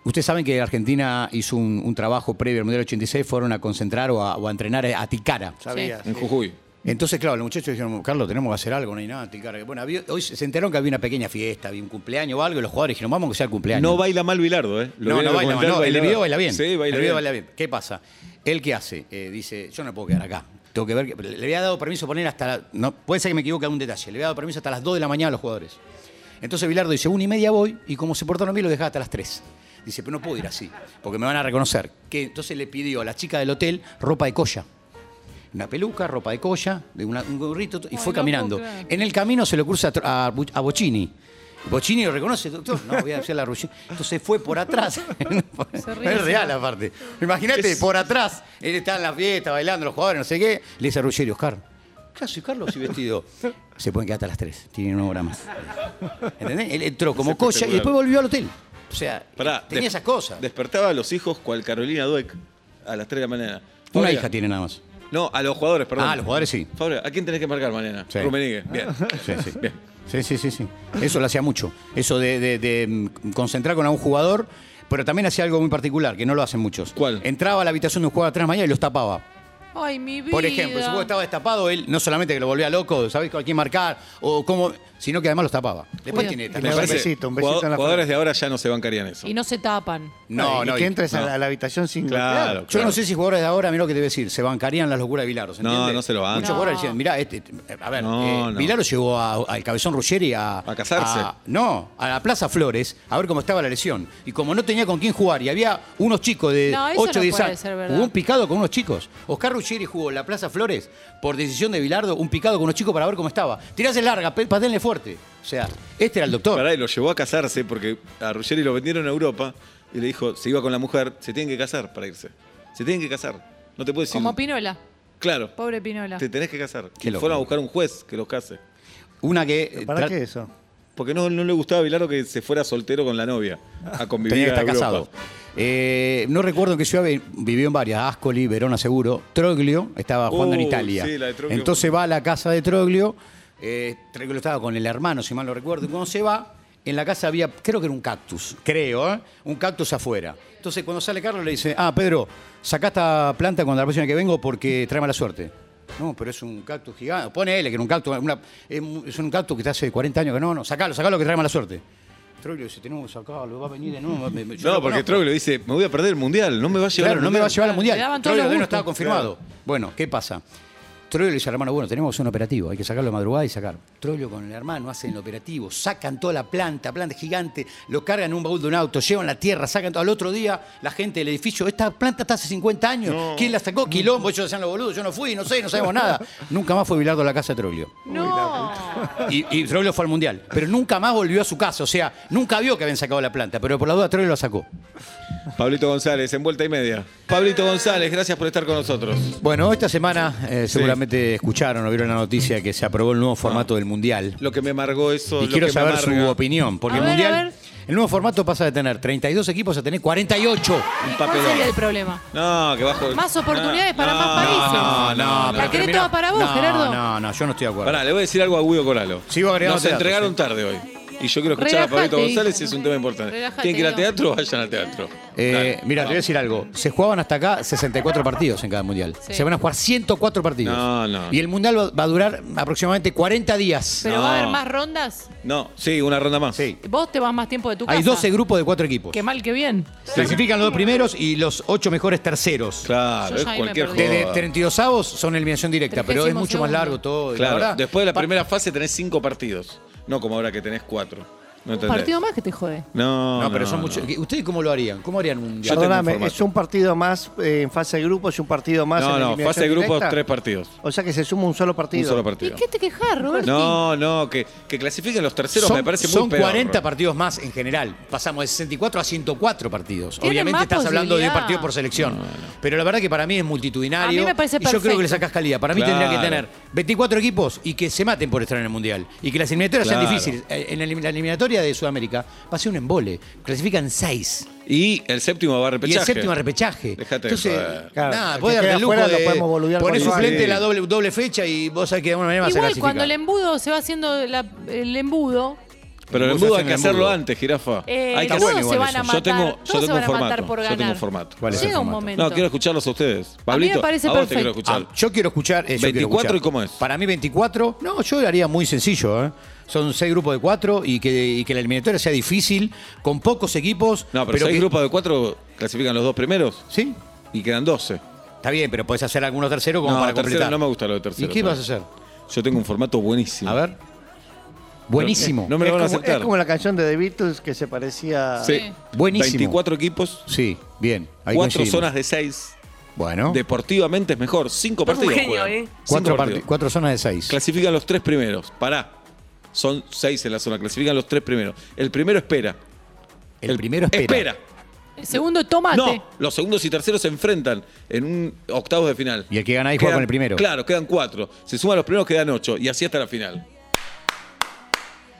S4: Ustedes saben que Argentina hizo un, un trabajo previo al Mundial 86, fueron a concentrar o a, o a entrenar a Ticara.
S6: Sabía.
S3: En Jujuy.
S4: Entonces, claro, los muchachos dijeron, Carlos, tenemos que hacer algo, no hay nada, Ticara. Bueno, había- hoy se enteraron que había una pequeña fiesta, había un cumpleaños o algo, y los jugadores dijeron, vamos que sea el cumpleaños.
S3: No baila mal Bilardo, ¿eh? Lo
S4: no,
S3: vi en
S4: no
S3: el
S4: baila,
S3: documental,
S4: no, el
S3: bailaba.
S4: video baila bien.
S3: Sí, baila
S4: el video
S3: bien.
S4: baila bien. ¿Qué pasa? Él qué hace? Eh, dice, yo no puedo quedar acá. Tengo que ver, que- le había dado permiso poner hasta, la- no, puede ser que me equivoque en un detalle, le había dado permiso hasta las 2 de la mañana a los jugadores. Entonces Bilardo dice, una y media voy, y como se portaron bien, lo dejaba hasta las 3. Dice, pero no puedo ir así, porque me van a reconocer. Que entonces le pidió a la chica del hotel ropa de colla. Una peluca, ropa de colla, de una- un gorrito, y
S5: Ay,
S4: fue
S5: no
S4: caminando.
S5: puedo creer.
S4: En el camino se lo cruza a, a Bu- a Bocini. Bocini lo reconoce, doctor. No, voy a hacer la rullita. Entonces fue por atrás.
S5: Se ríe,
S4: es
S5: se
S4: real,
S5: ríe.
S4: aparte. Imagínate, por atrás. Él está en la fiesta, bailando, los jugadores, no sé qué. Le dice a Ruggeri, Oscar. Claro, soy Carlos y vestido. Se pueden quedar hasta las 3. Tienen una hora más. ¿Entendés? Él entró como
S3: Es
S4: colla y
S3: espectacular.
S4: después volvió al hotel. O sea,
S3: Pará,
S4: tenía
S3: des-
S4: esas cosas.
S3: Despertaba a los hijos cual Carolina Dueck a las 3 de la mañana.
S4: Una
S3: Fabra,
S4: hija tiene nada más.
S3: No, a los jugadores, perdón.
S4: Ah, a los jugadores sí.
S3: Fabra, ¿a quién tenés que marcar mañana?
S4: Sí.
S3: Rumenigue. Bien.
S4: Sí, sí.
S3: Bien.
S4: Sí, sí, sí, sí. Eso lo hacía mucho. Eso de, de- de, mm, concentrar con a un jugador, pero también hacía algo muy particular, que no lo hacen muchos.
S3: ¿Cuál?
S4: Entraba a la habitación de un jugador atrás mañana y los tapaba.
S5: Ay, mi vida.
S4: Por ejemplo, si vos estaba destapado, él no solamente que lo volvía loco, sabés con quién marcar, o cómo, sino que además los tapaba. Después
S5: Cuidado.
S4: tiene
S6: Me
S4: también-
S6: parece- besito, un besito
S3: jugador-
S6: en la
S3: jugadores de ahora ya no se bancarían eso.
S5: Y no se tapan.
S4: No,
S6: y
S4: no.
S6: que
S4: y-
S6: entres a,
S4: no.
S6: la, a la habitación sin
S3: Claro.
S6: golpear.
S4: Yo no sé si jugadores de ahora, mirá lo que te voy a decir, se bancarían las locuras de Vilaro. ¿se
S3: No,
S4: entiende?
S3: no se lo bancan.
S4: Muchos
S5: No.
S4: jugadores decían, mirá, este, este, a ver,
S3: No,
S4: eh,
S3: no.
S4: Vilaro llegó a- al Cabezón Ruggeri a.
S3: A casarse.
S4: no, a la Plaza Flores, a ver cómo estaba la lesión. Y como no tenía con quién jugar y había unos chicos de
S5: No, eso
S4: 8
S5: no
S4: 10
S5: puede
S4: años,
S5: ser verdad.
S4: jugó un picado con unos chicos. Oscar Ruggeri jugó en la Plaza Flores por decisión de Vilardo, un picado con unos chicos para ver cómo estaba. Tirás el larga, pe- patenle fuerte. O sea, este era el doctor.
S3: Pará, y lo llevó a casarse porque a Ruggeri lo vendieron a Europa y le dijo, se iba con la mujer, se tienen que casar para irse. Se tienen que casar. No te puedes decir.
S5: Como Pinola.
S3: Claro.
S5: Pobre Pinola.
S3: Te tenés que casar.
S4: Qué
S3: Y
S4: loco.
S3: fueron a buscar un juez que los case.
S4: Una que.
S6: Eh, ¿Para
S4: tra-
S6: qué eso?
S3: Porque no, no le gustaba a Bilardo que se fuera soltero con la novia a convivir
S4: Tenía que
S3: a
S4: estar
S3: Europa.
S4: casado. Eh, no recuerdo en qué ciudad vi- vivió en varias, Ascoli, Verona seguro. Troglio estaba jugando en
S3: Uh,
S4: Italia.
S3: sí, la de Troglio.
S4: Entonces va a la casa de Troglio. eh, Troglio estaba con el hermano, si mal no recuerdo. Y cuando se va, en la casa había, creo que era un cactus, creo, ¿eh? un cactus afuera. Entonces cuando sale Carlos le dice, ah, Pedro, sacá esta planta cuando la próxima que vengo porque trae mala suerte. No, pero es un cactus gigante. Ponele que era un cactus, una- es un- es un cactus que está hace 40 años que no, no, sacalo, sacalo que trae mala suerte. Troglio dice, tenemos que sacarlo, va a venir de nuevo. me- me- yo
S3: No,
S4: lo
S3: porque
S4: conozco".
S3: Troglio dice, me voy a perder el mundial, no me va a llevar.
S4: Claro,
S3: al
S4: no me va a
S3: mundial".
S4: llevar al mundial.
S5: Le daban todos
S4: Troilo
S5: los
S4: todavía no
S5: gustos.
S4: estaba confirmado. Bueno, ¿qué pasa? Troilo le dice al hermano, bueno, tenemos un operativo, hay que sacarlo de madrugada y sacar. Troilo con el hermano hacen el operativo, sacan toda la planta, planta gigante, lo cargan en un baúl de un auto, llevan la tierra, sacan todo. Al otro día, la gente del edificio, esta planta está hace 50 años, ¿quién la sacó? Quilombo, ellos decían los boludos, yo no fui, no sé, no sabemos nada. Nunca más fue Bilardo a la casa de Troilo.
S5: No.
S4: Y, y Troilo fue al mundial, pero nunca más volvió a su casa, o sea, nunca vio que habían sacado la planta, pero por la duda Troilo la sacó.
S3: Pablito González, en vuelta y media. Pablito González, gracias por estar con nosotros.
S4: Bueno, esta semana eh, seguramente escucharon o vieron la noticia que se aprobó el nuevo formato del Mundial.
S3: Lo que me amargó eso.
S4: Y
S3: lo
S4: quiero
S3: que me
S4: saber su
S3: amarga.
S4: opinión, porque
S5: A
S4: el
S5: ver, a
S4: Mundial,
S5: ver.
S4: el nuevo formato pasa de tener 32 equipos a tener 48.
S3: Un
S5: ¿Cuál sería el
S3: papelón.
S5: problema?
S3: No, que bajo.
S5: Más oportunidades para más países.
S4: No, no,
S5: La
S4: no. pero
S5: querés
S4: terminó-
S5: toda para vos,
S4: no,
S5: Gerardo.
S4: No, no, yo no estoy de acuerdo.
S3: Pará, le voy a decir algo a Guido Coralo.
S4: Sigo agregando
S3: Nos
S4: teatro,
S3: entregaron
S4: sí.
S3: tarde hoy. Y yo quiero escuchar
S5: Relájate,
S3: a Pablito González,
S5: hijo.
S3: es un tema importante.
S5: Relájate,
S3: ¿Tienen que ir al
S5: Guido.
S3: teatro? Vayan al teatro.
S4: Eh,
S3: Dale.
S4: mira, te voy a decir algo. Se jugaban hasta acá 64 partidos en cada mundial.
S5: Sí.
S4: Se van a jugar 104 partidos.
S3: No, no.
S4: Y el mundial va- va a durar aproximadamente 40 días.
S5: Pero
S3: No.
S5: va a haber más rondas.
S3: No, sí, una ronda más.
S4: Sí.
S5: Vos te vas más tiempo de tu casa.
S4: Hay 12 grupos de 4 equipos.
S5: Qué mal, qué bien.
S4: Clasifican los dos primeros y los 8 mejores terceros.
S3: Claro,
S5: Yo
S3: es
S5: ya ahí me
S3: cualquier
S5: perdí.
S3: juego.
S4: Desde 32 avos son eliminación directa, pero es mucho más
S5: 32.
S4: largo todo. y la
S3: Claro,
S4: verdad-
S3: después de la
S4: Pa-
S3: primera fase tenés cinco partidos. No como ahora que tenés cuatro. No
S5: Un
S3: entendés.
S5: partido más que te jode.
S3: No,
S4: No, pero son
S3: no.
S4: muchos. ¿Ustedes cómo lo harían? ¿Cómo harían un
S3: Yo tengo un
S6: Perdóname,
S3: formato.
S6: es un partido más eh, en fase de grupos y un partido más en
S3: No, no,
S6: eliminación
S3: fase de grupos,
S6: directa.
S3: tres partidos.
S6: O sea que se suma un solo partido.
S3: Un solo
S5: ¿Y
S3: partido.
S5: qué te quejas, Roberto?
S3: No, no, que, que clasifiquen los terceros
S4: son,
S3: me parece
S4: son
S3: muy peor.
S4: 40 partidos más en general. Pasamos de 64 a 104 partidos.
S5: Tienen
S4: Obviamente
S5: más
S4: estás hablando de un
S5: posibilidad.
S4: partido por selección. Pero la verdad que para mí es multitudinario.
S5: A mí me parece
S4: y yo creo que
S5: perfecto.
S4: le sacas calidad. Para mí
S3: Claro.
S4: tendría que tener 24 equipos y que se maten por estar en el Mundial. Y que las eliminatorias sean
S3: Claro.
S4: difíciles. Eh, En la elim- la eliminatoria de Sudamérica va a ser un embole. Clasifican 6.
S3: Y el séptimo va a
S4: Y
S3: repechaje.
S4: el séptimo repechaje.
S3: Dejate de
S4: Entonces,
S3: joder.
S6: Claro,
S4: nada,
S6: el que
S4: podés darte
S6: queda
S4: el lujo
S6: afuera lo
S4: de
S6: podemos boludear
S4: ponés
S6: con
S4: suplente
S3: igual.
S4: la doble, doble fecha y vos sabés que de alguna manera vas a
S5: Igual
S4: clasificar.
S5: cuando el embudo se va haciendo la- el embudo,
S3: Pero el
S4: Vos
S3: embudo hay
S4: hacen
S3: que
S4: el
S3: hacerlo
S4: embudo.
S3: antes, jirafa.
S5: eh,
S3: hay que
S5: todos
S3: hacer-
S5: se van a matar.
S3: Yo tengo,
S5: todos
S3: yo tengo
S5: se van
S3: un
S5: a
S3: formato.
S5: matar por
S3: yo
S5: ganar.
S3: tengo un formato.
S4: ¿Cuál es el
S5: Llega un
S4: formato?
S5: momento.
S3: No, quiero escucharlos a ustedes. Pablito,
S5: parece
S3: a vos te
S5: perfecto.
S3: quiero escuchar.
S4: Ah, yo quiero escuchar. eh, yo quiero
S3: 24
S4: escuchar.
S3: y cómo es.
S4: Para mí, 24. No, yo lo haría muy sencillo. ¿eh? Son seis grupos de cuatro y que, y que la eliminatoria sea difícil, con pocos equipos.
S3: no, pero, si hay
S4: que-
S3: grupos de cuatro, clasifican los dos primeros
S4: Sí,
S3: y quedan 12.
S4: está bien, pero podés hacer algunos terceros como
S3: no,
S4: para
S3: tercero,
S4: completar.
S3: no me gusta lo de tercero.
S4: ¿Y qué
S3: ¿sabes?
S4: vas a hacer?
S3: Yo tengo un formato buenísimo.
S4: A ver. Buenísimo.
S3: No me lo
S6: es,
S3: van a
S6: como,
S3: aceptar.
S6: es como la canción de The Beatles que se parecía.
S3: Sí.
S4: Buenísimo.
S3: 24 equipos,
S4: Sí, bien. Ahí
S3: cuatro
S4: coincidimos.
S3: zonas de seis.
S4: Bueno,
S3: Deportivamente es mejor. Cinco
S1: Es un
S3: partidos.
S1: genio,
S3: juegan.
S1: ¿eh?
S3: Cinco
S4: cuatro,
S3: partidos.
S4: parti- cuatro zonas de seis.
S3: Clasifican los tres primeros. Pará. Son seis en la zona. Clasifican los tres primeros. El primero espera.
S4: el primero espera.
S5: El segundo, tomate.
S3: No, los segundos y terceros se enfrentan en un octavos de final.
S4: Y el que gana ahí
S3: Quedan-
S4: juega con el primero.
S3: Claro, quedan cuatro. Se suman los primeros, quedan ocho. Y así hasta la final.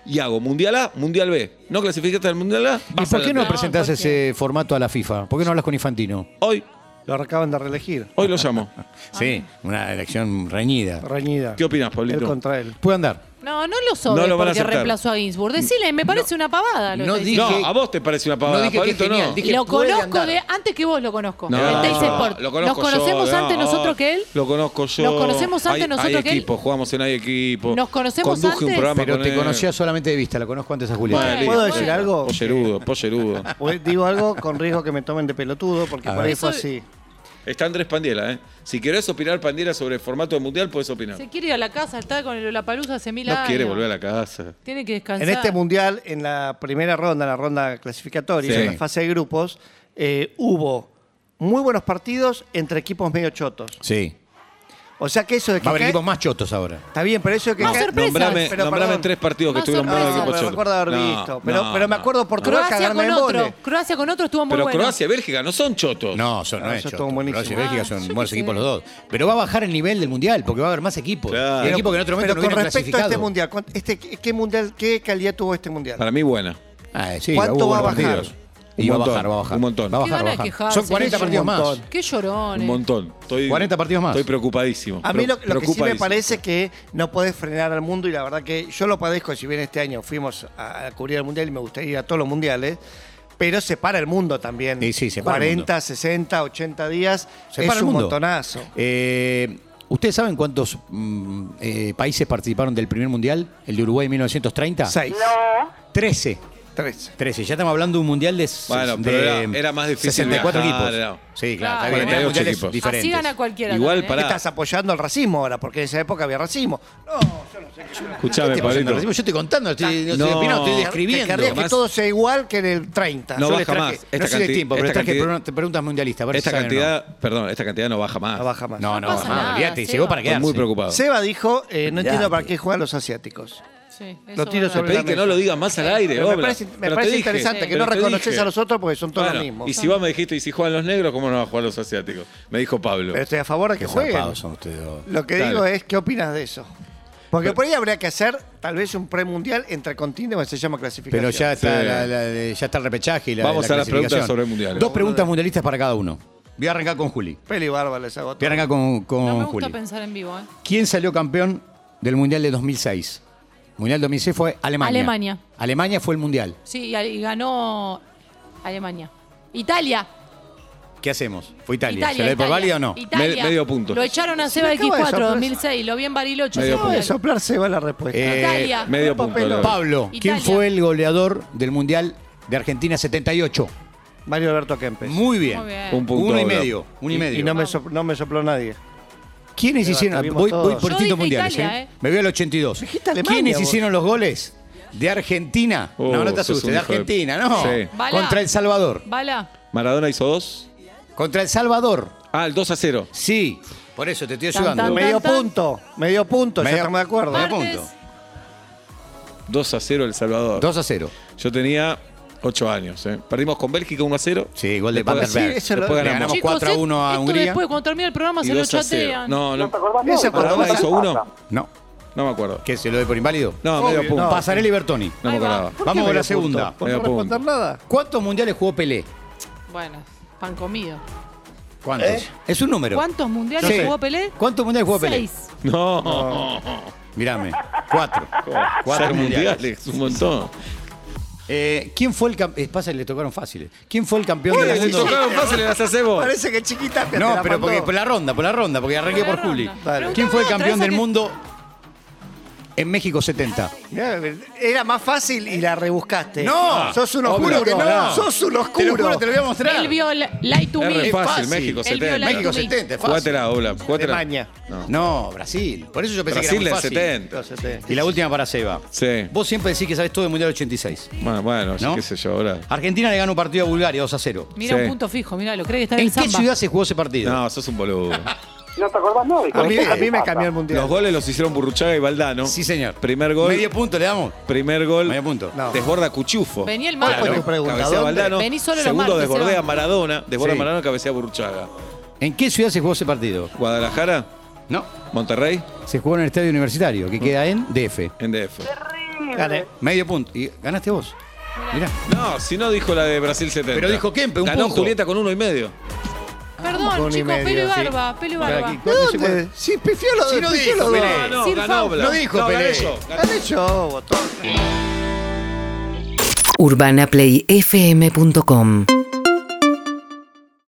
S3: Y hago Mundial A, Mundial B. ¿No clasificaste al Mundial A?
S4: ¿Y
S3: Vas
S4: por
S3: a
S4: qué
S3: la
S4: no
S3: final.
S4: presentás
S5: porque-
S4: ese formato a la FIFA? ¿Por qué no hablas con Infantino?
S3: Hoy,
S6: Lo acaban de reelegir.
S3: hoy lo llamo.
S4: Sí, una elección reñida.
S6: Reñida.
S3: ¿Qué opinás, Pablito?
S6: Él contra él.
S4: Puede andar.
S5: No, no lo sobre
S3: No lo van a
S5: porque
S3: aceptar.
S5: reemplazó a Ginsburg. Decile, me parece una pavada. Lo
S4: no
S5: que está
S4: dije-
S5: diciendo.
S3: no, a vos te parece una pavada.
S4: No dije que
S3: Pablito,
S4: genial,
S3: no.
S4: dije- que
S5: lo
S4: puede
S5: conozco
S4: andar.
S5: de antes que vos lo conozco.
S3: No,
S5: El Teis
S3: no,
S5: Sport.
S3: lo conozco
S5: Nos conocemos
S3: yo,
S5: antes
S3: no.
S5: nosotros que él.
S3: Lo conozco yo.
S5: Nos conocemos antes
S3: Hay-
S5: nosotros
S3: hay
S5: que él.
S3: equipo, jugamos en hay equipo.
S5: Nos conocemos
S3: Conduje un
S5: antes.
S3: programa
S4: Pero
S3: con
S4: te
S3: él.
S4: conocía solamente de vista, la conozco antes a Julián.
S3: Bueno,
S6: ¿Puedo
S3: listo.
S6: decir algo?
S3: Pollerudo, pollerudo.
S6: O- eh, digo algo con riesgo que me tomen de pelotudo, porque
S4: A
S6: por
S4: ver.
S6: ahí fue
S5: Eso-
S6: así.
S3: Está Andrés Pandiela, ¿eh? Si querés opinar, Pandiela, sobre el formato del mundial, puedes opinar.
S5: Se quiere ir a la casa, está con el Olapalooza hace mil años.
S3: No quiere volver a la casa.
S5: Tiene que descansar.
S6: En este mundial, en la primera ronda, en la ronda clasificatoria,
S3: Sí.
S6: en la fase de grupos, eh, hubo muy buenos partidos entre equipos medio chotos.
S4: Sí.
S6: O sea que eso de que.
S4: Va a haber
S6: cae-
S4: equipos más chotos ahora.
S6: Está bien, pero eso de que.
S5: Más
S6: cae-
S5: sorpresas.
S3: Nombrame,
S6: Pero,
S3: nombrame
S6: perdón.
S3: tres partidos que
S5: Más
S3: estuvieron buenos
S5: sorpresas.
S3: de
S6: No,
S3: equipo
S6: pero
S3: choto.
S6: recuerdo haber
S3: No,
S6: visto. Pero,
S3: no,
S6: pero me
S3: no.
S6: acuerdo por Croacia
S5: Croacia
S6: ganarme
S5: con
S6: en
S5: otro.
S6: embole.
S5: Croacia con otro estuvo muy
S3: Pero
S5: bueno.
S3: Croacia y Bélgica no son chotos.
S4: No, son, no
S6: Ah,
S4: es
S6: eso
S4: choto.
S6: estuvo buenísimo.
S4: Croacia y Bélgica
S5: Ah, yo
S4: son
S5: qué
S4: buenos
S5: sé.
S4: equipos los dos. Pero va a bajar el nivel del mundial porque va a haber más equipos.
S3: Claro.
S4: Y hay equipos que en otro momento no
S6: Pero con
S4: vienen
S6: respecto a
S4: clasificados.
S6: este mundial, ¿cuán- este, ¿qué mundial, qué calidad tuvo este mundial?
S3: Para mí, buena.
S4: Ah, sí,
S6: ¿Cuánto
S4: hubo
S6: va a
S4: buenos
S6: bajar?
S4: partidos.
S3: Un
S4: Y va a
S3: montón,
S4: bajar, va a bajar.
S3: un montón.
S4: Va a
S5: Qué
S4: bajar, va
S5: ganas
S4: a
S5: de
S4: bajar.
S5: quejarse,
S4: Son 40
S6: es un
S4: partidos más.
S6: montón.
S5: Qué llorones.
S3: Un montón. Estoy,
S4: 40 partidos más.
S3: Estoy preocupadísimo.
S6: A mí
S3: Pre-
S6: lo, lo que sí me
S3: preocupadísimo.
S6: parece que no podés frenar al mundo y la verdad que yo lo padezco, si bien este año fuimos a, a cubrir el mundial y me gustaría ir a todos los mundiales, pero se para el mundo también.
S4: Sí, sí, se para el
S6: 40, 60, 80 días
S4: Se
S6: es
S4: para el
S6: un
S4: mundo.
S6: montonazo.
S4: Eh, ¿Ustedes saben cuántos mm, eh, países participaron del primer mundial? El de Uruguay en 1930.
S6: 6,
S4: 13.
S6: 13.
S4: 13. Ya estamos hablando de un mundial de.
S3: Bueno, pero era- era más difícil
S4: 64
S3: viajar,
S4: equipos.
S3: era-
S4: Sí, claro.
S5: Claro.
S4: está bien, eran
S3: 48
S4: mundiales
S3: equipos.
S5: Así
S4: Diferentes.
S5: gana cualquiera.
S3: Igual
S5: también, ¿eh?
S3: para-
S6: Estás apoyando al racismo ahora, porque en esa época había racismo.
S3: Escuchame,
S4: ¿Qué pasa, Andrés?
S3: Pablito.
S4: Yo estoy contando, estoy, no.
S3: No.
S4: estoy opinando, estoy
S6: Que querrías
S4: describiendo.
S6: que
S3: Además-
S6: todo sea igual que en el 30.
S3: No
S6: Yo
S3: baja
S6: les traje-
S3: más. Esta
S4: no sé de
S3: cantidad-
S4: tiempo, pero
S3: esta
S4: traje
S3: cantidad-
S4: preguntas- preguntas mundialistas. a ver si
S3: Esta
S4: saben o no.
S3: cantidad, perdón, esta cantidad no baja más.
S6: No baja más.
S4: No, no,
S5: pasa
S4: no,
S5: nada,
S4: olvídate.
S5: Seba.
S4: Llegó para
S3: Estoy
S4: quedarse.
S3: muy preocupado.
S6: Seba dijo, eh, no entiendo para qué juegan los asiáticos.
S5: Sí, eso
S6: Lo tiro
S5: es
S3: Te
S5: verdad.
S6: sobre
S3: pedí
S6: la
S3: que
S6: mesa.
S3: no lo digas más al
S5: Pero
S3: aire,
S6: Pero Eh, me
S3: Obla.
S6: parece, me
S3: Pero te
S6: parece
S3: dije.
S6: interesante que no
S3: Pero te
S6: reconoces
S3: dije.
S6: a los otros porque son todos
S3: Bueno,
S6: los mismos.
S3: Y si vos me dijiste, y si juegan los negros, ¿cómo no van a jugar los asiáticos? Me dijo Pablo.
S6: Pero estoy a favor de que
S4: Qué
S6: jueguen.
S4: zarpados son ustedes dos.
S6: Lo que
S3: Dale.
S6: digo es, ¿qué opinas de eso? Porque
S3: Pero-
S6: por ahí habría que hacer tal vez un premundial entre continentes, bueno, se llama clasificación.
S4: Pero ya está,
S3: Sí.
S4: la- la- ya está el repechaje y la
S3: Vamos
S4: la
S3: a las
S4: clasificación.
S3: preguntas sobre el Mundial.
S4: Dos preguntas mundialistas para cada uno. Voy a arrancar con Juli.
S6: Peli bárbara les hago a
S4: Voy a
S6: todos.
S4: arrancar con, con
S5: No me gusta
S4: Juli.
S5: pensar en vivo, ¿eh?
S4: ¿Quién salió campeón del Mundial de 2006? Mundial 2006 fue Alemania.
S5: Alemania.
S4: Alemania fue el Mundial.
S5: Sí, y, y ganó Alemania. Italia.
S4: ¿Qué hacemos? ¿Fue Italia?
S5: Italia,
S4: ¿Se lo doy por
S5: Italia,
S4: válido o no?
S3: Me-
S5: Italia.
S3: medio punto.
S5: Lo echaron a
S6: Se
S5: Seba
S6: me acaba de
S5: X4
S6: sorpresa.
S5: 2006, lo vi en Bariloche.
S3: Medio
S5: Seba
S6: No, de
S5: X4.
S6: soplarse va la respuesta.
S4: Eh,
S5: Italia.
S3: Medio punto.
S6: Papel,
S3: Lola.
S4: Pablo, ¿quién
S5: Italia.
S4: fue el goleador del Mundial de Argentina 78?
S6: Mario Alberto Kempes.
S4: Muy bien.
S5: Muy bien.
S3: Un punto.
S4: Uno y
S3: Lola.
S4: medio. Uno y, medio.
S6: Y no me, sopl- no me sopló nadie.
S4: ¿Quiénes
S6: Eva,
S4: hicieron?
S6: tuvimos
S4: Voy,
S6: todos.
S4: voy por
S5: Yo
S4: distintos
S5: dije
S4: mundiales.
S5: Italia,
S4: ¿eh?
S5: ¿eh?
S4: Me voy al 82.
S6: Dijiste Alemania,
S4: ¿Quiénes
S6: vos.
S4: hicieron los goles? De Argentina.
S3: Oh,
S4: no, no te
S3: sos
S4: asustes.
S3: un
S4: De
S3: hijo de-
S4: Argentina, no.
S3: Sí.
S5: Balá.
S4: Contra El Salvador.
S5: Bala.
S3: Maradona hizo dos.
S4: Contra El Salvador.
S3: Ah, el 2 a 0.
S4: Sí. Por eso te estoy
S5: Tan,
S4: ayudando.
S5: tan, tan.
S6: Medio punto, medio punto,
S4: Medio-
S6: ya estamos de acuerdo.
S4: Medio
S5: Martes.
S4: punto.
S3: 2 a 0 El Salvador.
S4: 2 a 0.
S3: Yo tenía 8 años. ¿eh? Perdimos con Bélgica 1 a 0.
S4: Sí, gol de
S3: Después-
S4: Vandenberg.
S6: Sí, eso lo-
S3: Después
S4: Le
S3: ganamos.
S4: ganamos 4 a
S5: esto-
S4: 1 a
S5: esto
S4: Hungría.
S5: después, cuando termina el programa,
S3: Y
S5: se lo
S3: 2 a 0.
S5: chatean.
S3: No, no,
S6: Ese cuando
S3: Maradona
S6: pasa-
S3: hizo uno.
S4: No.
S3: No me acuerdo.
S4: ¿Qué? ¿Se lo doy por inválido?
S3: No, medio punto.
S6: no.
S4: Pasarelli y Bertoni.
S3: No me
S5: Ahí va.
S3: acordaba.
S6: ¿Por qué
S4: Vamos a
S6: medio
S4: la segunda.
S6: punto? Por
S3: Medio
S6: no responder
S3: punto.
S6: nada.
S4: ¿Cuántos mundiales jugó Pelé?
S5: Bueno, pan comido.
S4: ¿Cuántos?
S3: ¿Eh?
S4: Es un número.
S5: ¿Cuántos mundiales
S4: Sí.
S5: jugó Pelé?
S4: ¿Cuántos mundiales jugó Pelé?
S5: Seis.
S3: No.
S4: Mírame. Cuatro.
S3: Cuatro mundiales, un montón.
S4: Eh, ¿Quién fue el campeón? Pasa, le tocaron fáciles. ¿Quién fue el campeón
S3: Uy,
S4: del
S3: le
S4: mundo?
S3: tocaron fácil, las hacemos.
S6: Parece que chiquita te
S4: No,
S6: la
S4: pero
S6: mandó.
S4: porque, por la ronda, por la ronda, porque arranqué
S5: Por
S4: por
S5: la
S4: Juli.
S5: ronda.
S6: Dale.
S4: ¿Quién fue el
S5: Preguntame
S4: campeón
S5: otra,
S4: del
S5: esa que-
S4: mundo en México 70?
S6: Mirá, Era más fácil y la rebuscaste. Ah.
S4: No.
S6: sos un
S4: Obvio
S6: oscuro. Ah.
S4: que no.
S6: Sos un
S4: Te lo
S6: oscuro.
S4: juro, te lo voy a
S5: Él
S4: mostrar.
S5: vio la- Light to
S3: Es
S5: Me.
S3: re fácil,
S4: fácil.
S3: México
S5: Él vio
S3: 70.
S5: la
S4: México
S5: to me.
S4: 70, es fácil.
S3: Jugátela, Obla. jugátela.
S6: Alemania.
S3: No.
S4: No, Brasil. Por eso yo pensé
S3: Brasil
S4: que
S3: del
S4: era muy fácil.
S3: 70.
S6: No, se te-
S4: Y la última para Seba.
S3: Sí.
S4: Vos siempre decís que sabés todo del Mundial 86.
S3: Bueno, bueno,
S4: ¿No?
S3: qué sé yo, ahora.
S4: Argentina le ganó un partido a Bulgaria 2 a 0.
S5: Mira
S3: Sí.
S5: un punto fijo, mira, lo cree que está en
S4: ¿En
S5: el
S4: qué
S5: samba.
S4: ciudad se jugó ese partido?
S3: No, sos un boludo.
S7: No te acordás, no.
S6: A mí, a mí me cambió el mundial.
S3: Los goles los hicieron Burruchaga y Valdano.
S4: Sí, señor.
S3: Primer gol.
S4: Medio punto le damos.
S3: Primer gol.
S4: Medio punto.
S6: No.
S3: Desborda Cuchufo.
S5: Venía el
S6: ¿Cuál
S5: mapa.
S6: fue
S3: Claro.
S6: tu pregunta?
S3: Cabecea
S6: ¿Dónde?
S3: Valdano.
S5: Vení solo los
S3: Segundo
S5: martes,
S3: desbordea
S5: Seba.
S3: Maradona. Desborda
S4: Sí.
S3: Maradona, cabecea Burruchaga.
S4: ¿En qué ciudad se jugó ese partido?
S3: Guadalajara,
S4: No.
S3: Monterrey,
S4: Se jugó en el estadio universitario, que queda en DF.
S3: en DF.
S6: Gané.
S4: Medio punto. Y ganaste vos. Mirá.
S3: No, si no dijo la de Brasil 70.
S4: Pero dijo Kempe, un
S3: Ganó
S4: punto.
S3: Julieta con uno y medio.
S6: Con
S5: Perdón,
S6: un y
S5: chicos,
S6: medio,
S5: pelo y
S6: sí.
S5: barba, pelo y barba.
S4: Mirá,
S6: ¿De
S4: aquí,
S6: dónde? Sí, pifió los
S4: Sí, no
S6: dos. pifió
S4: dijo,
S6: los dos.
S4: Pelé.
S3: no,
S5: Sin
S3: ganó
S5: foul.
S3: Blas.
S4: No dijo
S3: no, gané
S4: Pelé.
S3: yo.
S6: Gané yo, botón.
S2: urbanaplayfm.com